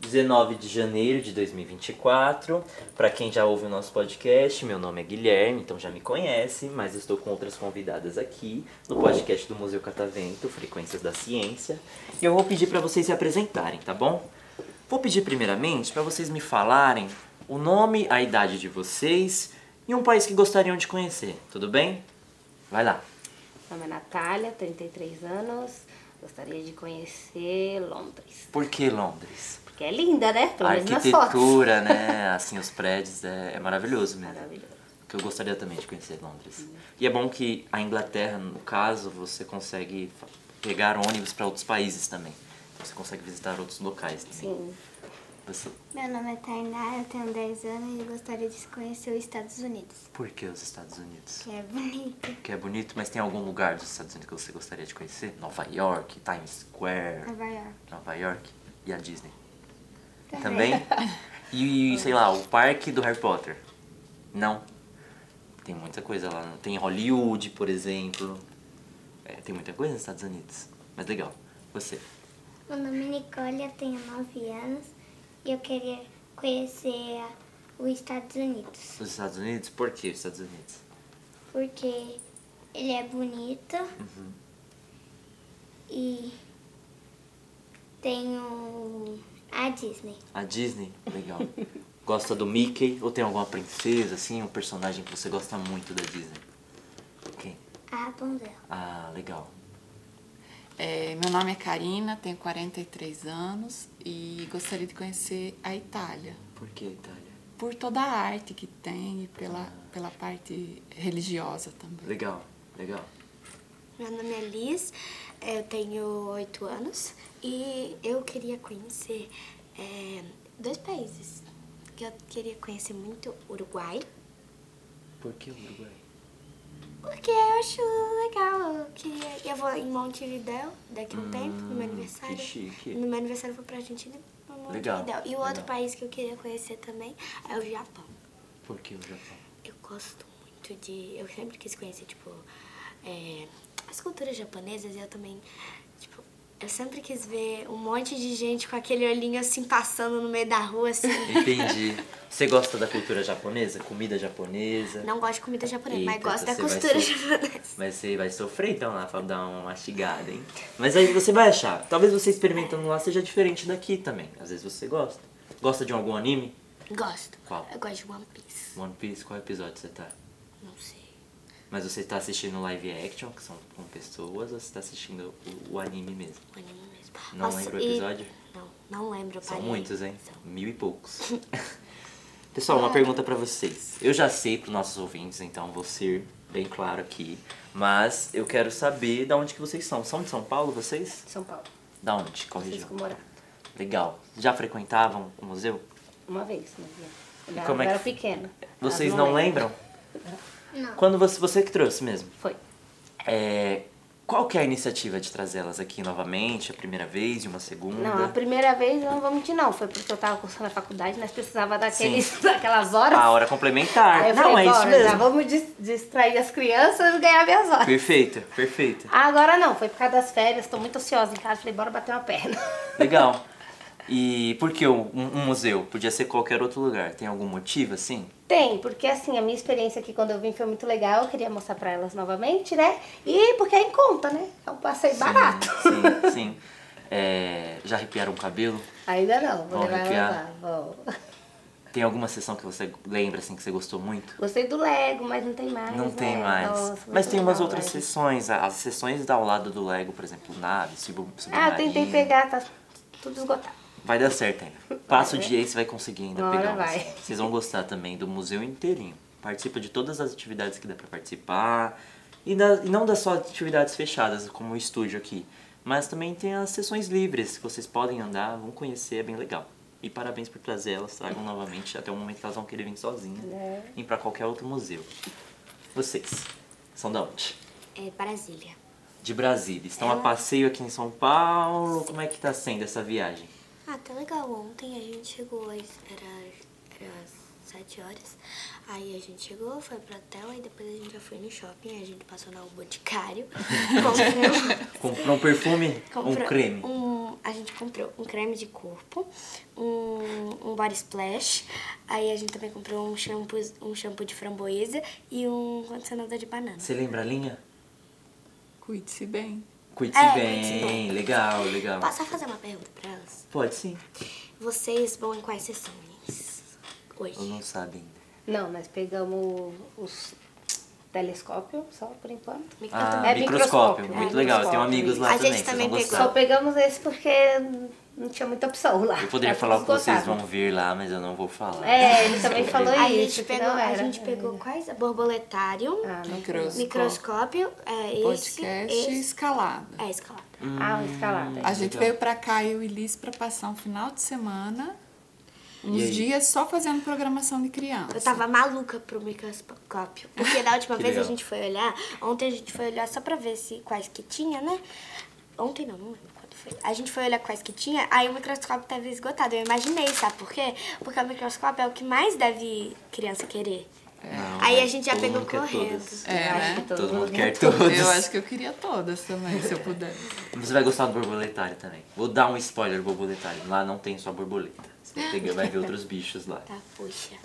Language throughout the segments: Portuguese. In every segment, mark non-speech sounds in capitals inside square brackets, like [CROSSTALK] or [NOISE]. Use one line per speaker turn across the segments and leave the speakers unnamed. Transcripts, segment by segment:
19 de janeiro de 2024. Para quem já ouve o nosso podcast, meu nome é Guilherme, então já me conhece, mas estou com outras convidadas aqui no podcast do Museu Catavento, Frequências da Ciência. E eu vou pedir para vocês se apresentarem, tá bom? Vou pedir primeiramente para vocês me falarem o nome, a idade de vocês e um país que gostariam de conhecer, tudo bem? Vai lá.
Meu nome é Natália, 33 anos. Gostaria de conhecer Londres.
Por que Londres?
Porque é linda, né? Pelo
a
menos nas fotos.
arquitetura,
[LAUGHS]
né? Assim, os prédios é, é maravilhoso mesmo.
Maravilhoso.
Que eu gostaria também de conhecer Londres. E é bom que a Inglaterra, no caso, você consegue fa- pegar ônibus para outros países também. Você consegue visitar outros locais também.
Sim.
Você-
Meu nome é Tainá, eu tenho 10 anos e gostaria de conhecer os Estados Unidos,
Por que os Estados Unidos?
que é bonito. [LAUGHS]
Que é bonito, mas tem algum lugar dos Estados Unidos que você gostaria de conhecer? Nova York, Times Square,
Nova York.
Nova York e a Disney. Também? E, sei lá, o parque do Harry Potter. Não. Tem muita coisa lá. né? Tem Hollywood, por exemplo. É, tem muita coisa nos Estados Unidos. Mas legal. Você.
Meu nome é Nicole, eu tenho 9 anos e eu queria conhecer os Estados Unidos,
Os Estados Unidos? Por que os Estados Unidos?
porque ele é bonito
Uhum.
e tem o- a Disney.
A Disney? Legal. Gosta do Mickey? Ou tem alguma princesa, assim, um personagem que você gosta muito da Disney? Quem?
A Rapunzel.
Ah, legal.
É, meu nome é Karina, tenho 43 anos e gostaria de conhecer a Itália,
Por que Itália?
por toda a arte que tem e pela, pela parte religiosa também.
Legal, legal.
Meu nome é Liz, eu tenho oito anos e eu queria conhecer eh, dois países. Que eu queria conhecer muito o Uruguai,
Por que o Uruguai?
porque eu acho legal. Eu, queria, eu vou em Montevidéu daqui a um tempo, no meu aniversário.
que chique.
No meu aniversário eu vou pra Argentina, pra
Legal,
Montevidéu. E o outro
legal.
país que eu queria conhecer também é o Japão.
Por que o Japão?
Eu gosto muito de. Eu sempre quis conhecer, tipo, é, as culturas japonesas e eu também, tipo, eu sempre quis ver um monte de gente com aquele olhinho assim passando no meio da rua, assim.
Entendi. Você gosta da cultura japonesa? Comida japonesa?
Não gosto de comida japonesa, mas
Eita,
gosto da
você vai
cultura
ser-
japonesa.
Mas você vai sofrer então lá pra dar uma mastigada, hein? Mas aí você vai achar. Talvez você experimentando lá seja diferente daqui também. Às vezes você gosta. Gosta de algum anime?
Gosto.
Qual?
Eu gosto de One Piece.
One Piece, qual episódio você tá?
Não sei.
Mas você tá assistindo live action, que são com pessoas, ou você tá assistindo o, o anime mesmo?
O um anime mesmo.
Não lembra o
e-
episódio?
Não, não lembro. eu
São
parei.
muitos, hein?
São.
Mil e
[LAUGHS]
poucos. Pessoal,
Ah.
uma pergunta pra vocês. Eu já sei pros nossos ouvintes, então vou ser bem claro aqui. Mas eu quero saber da onde que vocês são. São de São Paulo, vocês?
São Paulo,
Da onde? Qual região?
Francisco Morato.
Legal. Já frequentavam o museu?
Uma vez, mas eu- eu
como é que
era
foi?
pequena. Ah, é.
Vocês
Mas
não,
lembro.
lembram? Não. Quando você, você que trouxe mesmo.
Foi.
É, qual que é a iniciativa de trazê-las aqui novamente, a primeira vez e uma segunda?
Não, a primeira vez eu não vou mentir, não. Foi porque eu tava cursando a faculdade, nós precisava
Sim.
daqueles, [LAUGHS] daquelas horas.
A Ah, hora complementar.
Aí Ah, eu
não,
falei,
é isso
bora,
mesmo.
já vamos dis- distrair as crianças e ganhar minhas horas.
Perfeito, perfeito.
Agora não, foi por causa das férias, tô muito ansiosa em casa. Falei, bora bater uma perna. [LAUGHS]
Legal. E por que um, um museu? Podia ser qualquer outro lugar. Tem algum motivo assim?
Tem, porque assim, a minha experiência aqui quando eu vim foi muito legal, eu queria mostrar pra elas novamente, né? E porque é em conta, né? É um passeio barato. [LAUGHS]
Sim, sim. É, já arrepiaram o cabelo?
Ainda não, vou
Vão
levar
arrepiar.
elas lá. Vou.
Tem alguma sessão que você lembra assim que você gostou muito?
Gostei do Lego, mas não tem mais.
Não tem
né?
mais.
Nossa,
Mas
muito
tem umas
legal,
outras
Lego.
sessões. a- As sessões ao lado do Lego, por exemplo, nave, sub-
Ah,
submarino.
eu tentei pegar, tá tudo esgotado.
Vai dar certo ainda. Passa o dia e você vai conseguir ainda
Uma
pegar
hora
umas.
vai.
Vocês vão gostar também do museu inteirinho. Participa de todas as atividades que dá pra participar. E, da- e não das só atividades fechadas, como o estúdio aqui. Mas também tem as sessões livres, que vocês podem andar, vão conhecer, é bem legal. E parabéns por trazer elas, tragam novamente, até o momento que elas vão querer vir sozinhas.
É.
E pra qualquer outro museu. Vocês, são da onde?
É Brasília.
De Brasília. Estão
É.
a passeio aqui em São Paulo. Como é que tá sendo essa viagem?
Ah, tá legal. Ontem a gente chegou, às- era, era sete horas. Aí a gente chegou, foi pro hotel, aí depois a gente já foi no shopping, a gente passou na
[LAUGHS]
Boticário, comprou,
Comprou um perfume?
comprou
Um creme?
um- a gente comprou um creme de corpo, um, um body splash, aí a gente também comprou um shampoo, um shampoo de framboesa e um condicionador de banana.
Você lembra a linha?
Cuide-se bem.
Cuide-se
É,
bem.
cuide-se bem.
Legal, legal.
Posso só fazer uma pergunta pra elas?
Pode sim.
Vocês vão em quais sessões hoje?
Ou não sabe ainda.
Não, nós pegamos os telescópio só por enquanto.
Me
Ah,
conta um
É
microscópio.
microscópio, é,
Muito legal. Eu tenho
microscópio.
amigos lá
A
também. vocês
gente também
vão
pegou.
gostar.
Só pegamos esse porque não tinha muita opção lá.
Eu poderia
Tá
falar o que vocês
esgotado.
vão ver lá, mas eu não vou falar.
É, ele também falou
A
isso.
gente
que
pegou,
não
a
era.
gente pegou quais? Borboletário,
Ah, não
Microscópio.
microscópio, é, esse,
Podcast
esse,
escalada.
é escalada.
Ah, o escalada.
A gente
Legal.
veio pra cá, eu e Liz, pra passar um final de semana, uns
E aí?
dias só fazendo programação de criança.
Eu tava maluca pro microscópio, porque da última
Que
vez
legal.
a gente foi olhar, ontem a gente foi olhar só pra ver se quais que tinha, né? Ontem não, não lembro quando foi. A gente foi olhar quais que tinha, aí o microscópio tava esgotado. Eu imaginei, sabe por quê? Porque o microscópio é o que mais deve criança querer.
Não,
Aí a
mas
gente já
todo
pegou
mundo quer
correndo.
todas.
É,
Acho
né? [LAUGHS]
que
Todo mundo
[LAUGHS]
quer
quer todas.
Eu acho que eu queria todas também, se eu puder.
Você vai gostar do borboletário também. Vou dar um spoiler do borboletário. Lá não tem só borboleta. Você vai, pegar- vai ver outros bichos lá.
Tá, puxa.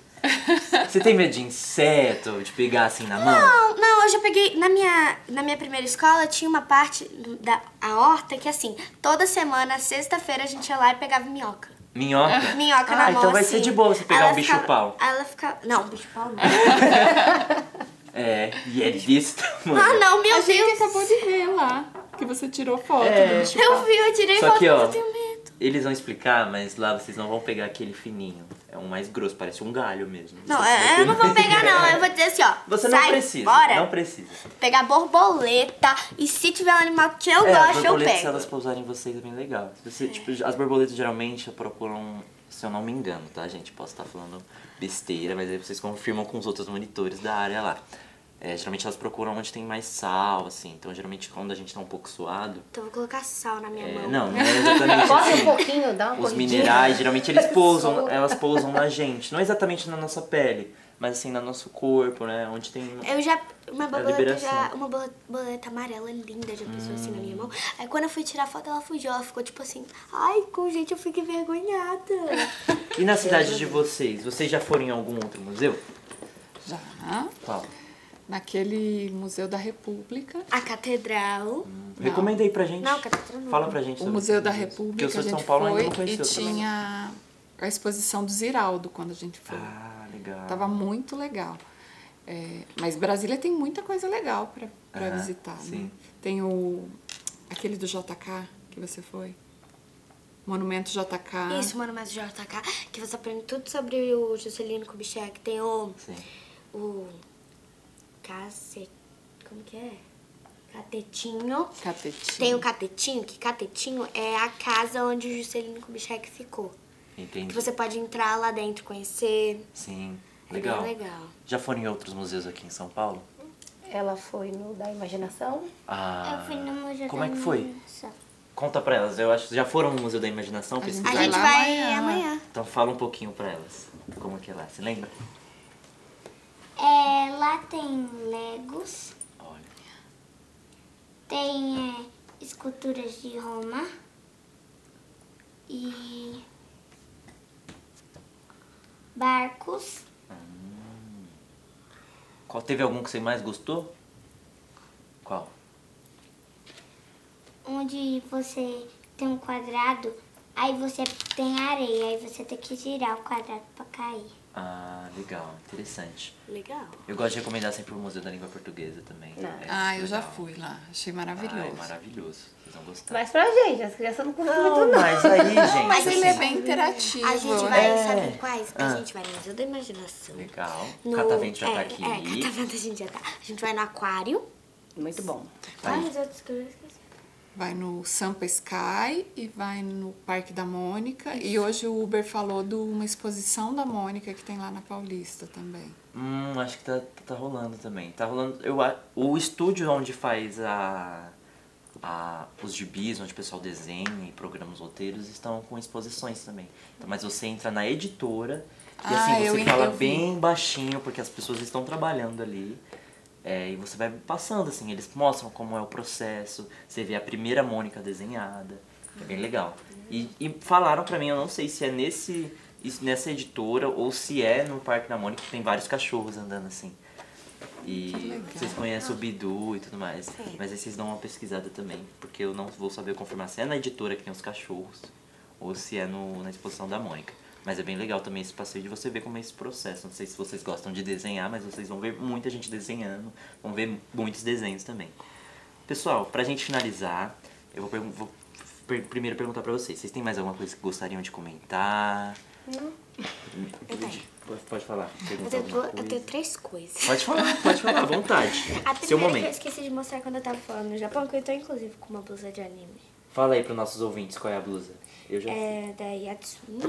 Você tem medo de inseto, de pegar assim na mão?
Não, não, eu já peguei. Na minha, na minha primeira escola tinha uma parte do- da a horta que assim, toda semana, sexta-feira, a gente ia lá e pegava minhoca.
Minhoca?
Minhoca
ah,
na mão.
então vai ser
assim.
de boa você pegar
Ela
um bicho
ficava-
pau.
Ela ficava. Não, bicho pau não.
É, e é desse tamanho.
Ah, não, meu
a
Deus.
gente acabou de ver lá que você tirou foto do bicho
Eu vi, eu tirei
Só
foto,
que,
mas
ó,
eu tenho medo.
Eles vão explicar, mas lá vocês não vão pegar aquele fininho. É um mais grosso, parece um galho mesmo.
Não,
Vocês vão
é,
ter
eu não vou
medo.
pegar, não. Eu vou dizer assim, ó.
Você
sai
não precisa,
Fora,
não precisa.
Pegar borboleta. E se tiver um animal que eu
é, as
gosto, eu
borboletas, se
pego.
elas pousarem em vocês, é bem legal. Se você- tipo, as borboletas geralmente procuram, se eu não me engano, tá, gente? Posso estar falando besteira, mas aí vocês confirmam com os outros monitores da área lá. É, geralmente elas procuram onde tem mais sal, assim. Então, geralmente, quando a gente tá um pouco suado...
Então eu vou colocar sal na minha
é,
mão.
não, não é
[LAUGHS]
exatamente
Corre um
assim.
pouquinho, dá uma
Os
corridinha.
minerais, geralmente,
[LAUGHS]
eles pousam,
Sou.
elas pousam na gente. Não exatamente na nossa pele, mas assim, no nosso corpo, né? Onde tem...
Eu já. Uma borboleta,
É liberação. Hum.
já, uma borboleta amarela linda já passou assim na minha mão. Aí quando eu fui tirar foto, ela fugiu. Ela ficou tipo assim, ai, com gente, eu
[LAUGHS]
fiquei envergonhada.
E na cidade de vocês? Vocês já foram em algum outro museu?
Já.
Qual?
Naquele Museu da República.
A catedral.
Recomenda aí pra gente.
Não, Catedral não.
Fala pra gente.
O
sobre
Museu
esses
da
museus.
República
Porque eu sou
a
de
gente
São Paulo ainda não né?
foi e
conheci outro.
tinha a exposição do Ziraldo quando a gente foi.
Ah, legal.
Tava muito legal. É, mas Brasília tem muita coisa legal pra pra
Aham,
visitar. né?
sim.
Tem o aquele do JK que você foi. Monumento JK.
Isso, mano, mas o JK, que você aprende tudo sobre o Juscelino Kubitschek. Tem o.
Sim.
O. Cacet. Como que é? Catetinho.
Catetinho.
Tem um- o Catetinho, que Catetinho é a casa onde o Juscelino Kubitschek ficou. Que
Entendi.
você pode entrar lá dentro, conhecer.
Sim.
É bem
Legal.
legal.
Já foram em outros museus aqui em São Paulo?
Ela foi no da imaginação.
Ah.
Eu fui no Museu
Como
da
é que foi?
Imaginação.
Conta pra elas. Eu acho que já foram no Museu da Imaginação
gente
A
pesquisar.
Vai
gente
lá
vai
amanhã.
amanhã.
Então fala um pouquinho pra elas. Como que é lá? Você lembra?
É, lá tem Legos,
Olha.
tem é, esculturas de Roma e barcos.
Qual teve algum que você mais gostou? Qual?
onde você tem um quadrado, aí você tem areia, aí você tem que girar o quadrado pra cair.
Ah, legal, interessante.
Legal.
Eu gosto de recomendar sempre o Museu da Língua Portuguesa também. É
Ah, eu já
legal.
fui lá. Achei
Ah, é
maravilhoso.
maravilhoso. Vocês vão gostar.
Mas pra gente, as crianças não curtem muito,
Não,
não.
mas aí, gente.
Mas ele é
assim,
bem interativo.
A gente
né?
vai,
É.
sabe em quais? A
Ah.
gente vai no Museu da Imaginação.
Legal.
No...
Catavento já
é,
tá aqui.
É, Catavento a gente já tá. A gente vai no aquário.
Muito bom.
Tá Aí.
Quais os outros que eu esqueci?
Vai no Sampa Sky e vai no Parque da Mônica. E hoje o Uber falou de uma exposição da Mônica que tem lá na Paulista também.
Hum, acho que tá, tá rolando também. Tá rolando. Eu, a- o estúdio onde faz a, a, os gibis, onde o pessoal desenha e programa os roteiros, estão com exposições também. Então, mas você entra na editora E assim,
Ah,
você
eu en-
fala
eu vi.
bem baixinho, porque as pessoas estão trabalhando ali. é, e você vai passando, assim, eles mostram como é o processo. Você vê a primeira Mônica desenhada. É bem legal. E, e falaram pra mim, eu não sei se é nesse isso- nessa editora ou se é no Parque da Mônica, que tem vários cachorros andando assim. E
legal.
vocês conhecem o Bidu e tudo mais. Mas aí vocês dão uma pesquisada também, porque eu não vou saber confirmar se é na editora que tem os cachorros ou se é no, na exposição da Mônica. Mas é bem legal também esse passeio de você ver como é esse processo. Não sei se vocês gostam de desenhar, mas vocês vão ver muita gente desenhando, vão ver muitos desenhos também. Pessoal, pra gente finalizar, eu vou, pergun- vou per- primeiro perguntar pra vocês. Vocês têm mais alguma coisa que gostariam de comentar?
Eu tenho.
Pode, pode falar.
Eu
perguntar
tenho,
alguma
duas- eu
coisa.
tenho três coisas.
Pode falar, pode
[LAUGHS]
falar, à vontade.
A primeira
Seu
que eu
momento.
esqueci de mostrar quando eu tava falando no Japão, que eu tô inclusive com uma blusa de anime.
Fala aí pros nossos ouvintes qual é a blusa. Eu já sei.
É, da Yatsumi.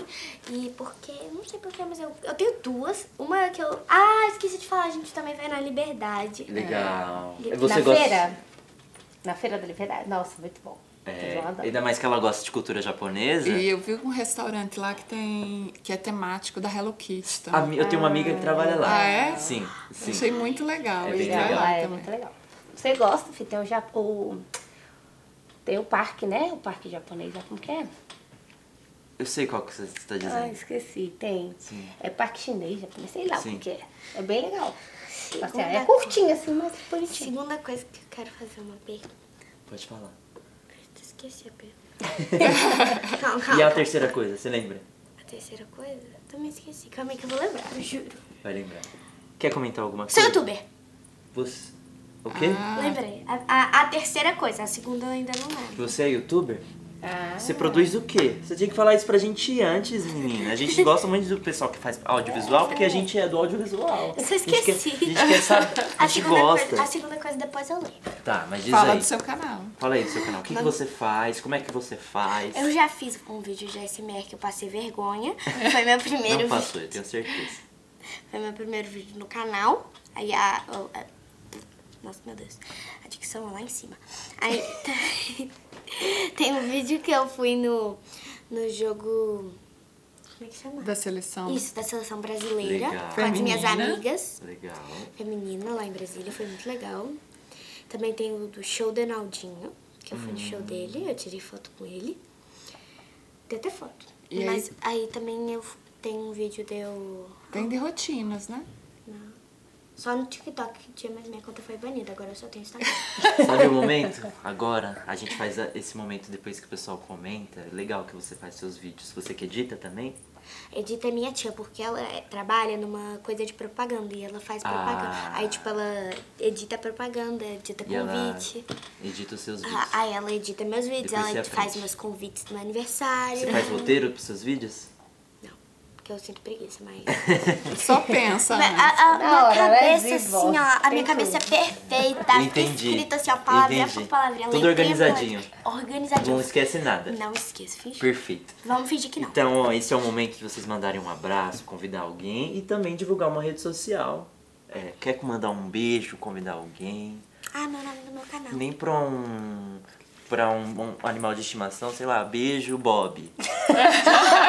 E porque, não sei porquê, mas eu, eu tenho duas. Uma que eu. Ah, esqueci de falar, a gente também vai na Liberdade.
Legal.
É.
Você
Na
gosta...
feira? Na feira da liberdade? Nossa, muito bom.
É,
Vocês vão adorar.
ainda mais que ela gosta de cultura japonesa.
E eu vi um restaurante lá que tem. que é temático da Hello Kitty
A
também.
mi- eu tenho uma amiga que trabalha lá.
Ah, é?
Sim, Ah, sim.
Achei muito legal.
É
ele
bem
vai
legal.
lá
é
também.
muito legal. Você gosta, filho? Tem o, Japo... o- Tem o parque, né? O parque japonês, lá como que é?
Eu sei qual que você está dizendo.
Ah, esqueci. Tem.
Sim.
É parque chinês, japonês, sei lá
Sim.
o que que é. É bem legal. Assim,
Segunda
é curtinho assim, mas bonitinho.
Segunda coisa que eu quero fazer uma pergunta.
Pode falar.
Esqueci a pergunta. calma, calma.
E a terceira coisa, você lembra?
A terceira coisa? Também esqueci. Calma aí que eu vou lembrar, eu juro.
Vai lembrar. Quer comentar alguma coisa?
Sou youtuber.
Você... O quê?
Ah.
Lembrei. A, a- a terceira coisa, a segunda eu ainda não lembro.
Você é youtuber?
É.
Ah,
Você produz o quê? Você tinha que falar isso pra gente antes, menina. A gente gosta muito do pessoal que faz audiovisual, porque a gente é do audiovisual.
Eu só
A gente
esqueci.
quer, a gente quer
[LAUGHS]
saber, a,
A
gente
segunda,
gosta.
coisa, a segunda coisa depois eu lembro.
Tá, mas diz
Fala
aí.
do seu canal.
Fala aí do seu canal. O que, que você faz? Como é que você faz?
Eu já fiz um vídeo de ASMR que eu passei vergonha. Foi meu primeiro
Não passou, então. eu
vídeo.
tenho certeza.
Foi É meu primeiro vídeo no canal. Aí a. a- a- nossa, meu Deus. A dicção é lá em cima. Aí [LAUGHS] tem, tem um vídeo que eu fui no, no jogo. Como é que chama?
Da seleção.
Isso, da seleção brasileira.
Legal.
Com as minhas
Feminina.
amigas.
Legal.
Feminina lá em Brasília, foi muito legal. Também tem o do show do Enaldinho, que eu fui no show
Hum.
dele, eu tirei foto com ele. Tem até foto.
E aí?
Mas aí também eu f- tem um vídeo de eu.
Tem de rotinas, né?
na- Só no TikTok que tinha, mas minha conta foi banida, agora eu só tenho
[LAUGHS]
Instagram.
Sabe o momento? Agora, a gente faz a- esse momento depois que o pessoal comenta. É Legal que você faz seus vídeos. Você que edita também?
Edita é minha tia, porque ela é- trabalha numa coisa de propaganda e ela faz propaganda.
Ah.
Aí, tipo, ela edita propaganda, edita
E ela
convite.
edita os seus vídeos.
Um Ah, Aí ela edita meus vídeos,
Depois você
ela faz
aprende.
meus convites no aniversário.
Você faz roteiro pros seus vídeos?
Não, porque eu sinto
[LAUGHS]
preguiça, mas.
Só
[LAUGHS]
pensa,
Mas
né?
a, a
Da
minha
hora, né?
cabeça, assim,
Desenvolve.
ó. A minha
Tem
cabeça é
tudo.
perfeita.
Entendi.
Escrito assim, ó, palavrinha
Entendi.
por palavrinha.
Tudo
letrinha por
organizadinho.
letrinha. Organizadinho.
Não esquece nada.
Não esqueça, finge.
Perfeito.
Vamos fingir que não.
Então, ó, esse é o momento de vocês mandarem um abraço, convidar alguém e também divulgar uma rede social. É, quer mandar um beijo, convidar alguém?
Ah, meu nome do meu canal.
Nem pra um. pra um, um animal de estimação, sei lá, beijo, Bob.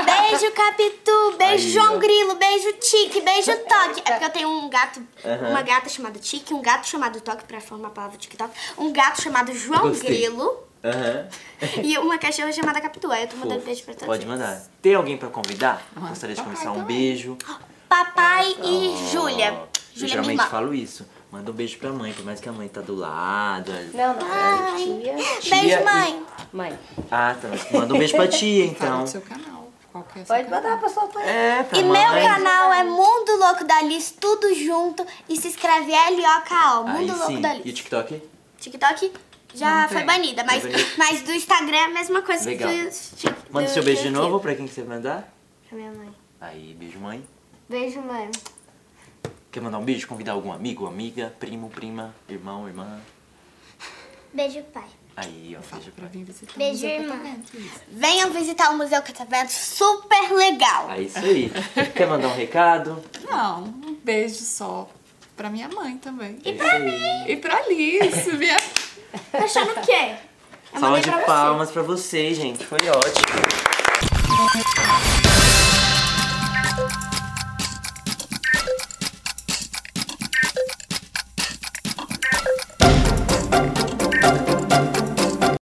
Beijo, Capitu. Beijo,
Aí, ó.
João Grilo. Beijo, Tique. Beijo, Toque. É porque eu tenho um gato,
Aham.
uma gata chamada Tique, um gato chamado Toque, pra formar a palavra TikTok. Um gato chamado João
Gostei.
Grilo. [LAUGHS]
Aham.
E uma cachorra chamada Capitu. Aí eu tô mandando
Fofo.
beijo pra todos.
Pode
eles.
mandar. Tem alguém pra convidar?
Ah,
Gostaria de
papai
começar um
também.
beijo.
Papai e
Ah, Ó, Eu
Júlia. Júlia, minha
geralmente
irmã.
falo isso. Manda um beijo pra mãe, por mais que a mãe tá do lado.
Não, não, é tia.
Tia
Beijo,
e-
mãe.
Mãe,
Ah, tá. Mas manda um beijo pra
[LAUGHS]
tia,
Fala
então.
do seu canal. Qual que é o seu
pode
canal?
mandar pra sua mãe.
É, pra
E
mãe.
meu canal é Mundo Louco da Liz, tudo junto. E se inscreve L-O-K-O,
Aí
Mundo Louco
sim.
da
E o
Liz.
TikTok?
TikTok já
Não
foi
tem.
banida, mas,
Foi banida.
mas do Instagram é a mesma coisa
Legal.
que o Tik-
Manda
do
seu beijo de
YouTube.
novo pra quem que você vai mandar.
Pra minha mãe.
Aí, beijo, mãe.
Beijo, mãe.
Quer mandar um beijo? Convidar algum amigo, amiga, primo, prima, irmão, irmã?
Beijo, pai.
Aí, ó, beijo pra
Pra vir visitar
Beijo,
o
irmã.
apartamento, isso.
Venham visitar o Museu Catavento, super legal.
É isso aí. Quer mandar um recado?
Não, um beijo só pra minha mãe também.
E pra mim?
E pra Liz, minha...
Achando o quê? Eu
Salva
mandei
de
pra você.
palmas pra vocês, gente. Foi ótimo.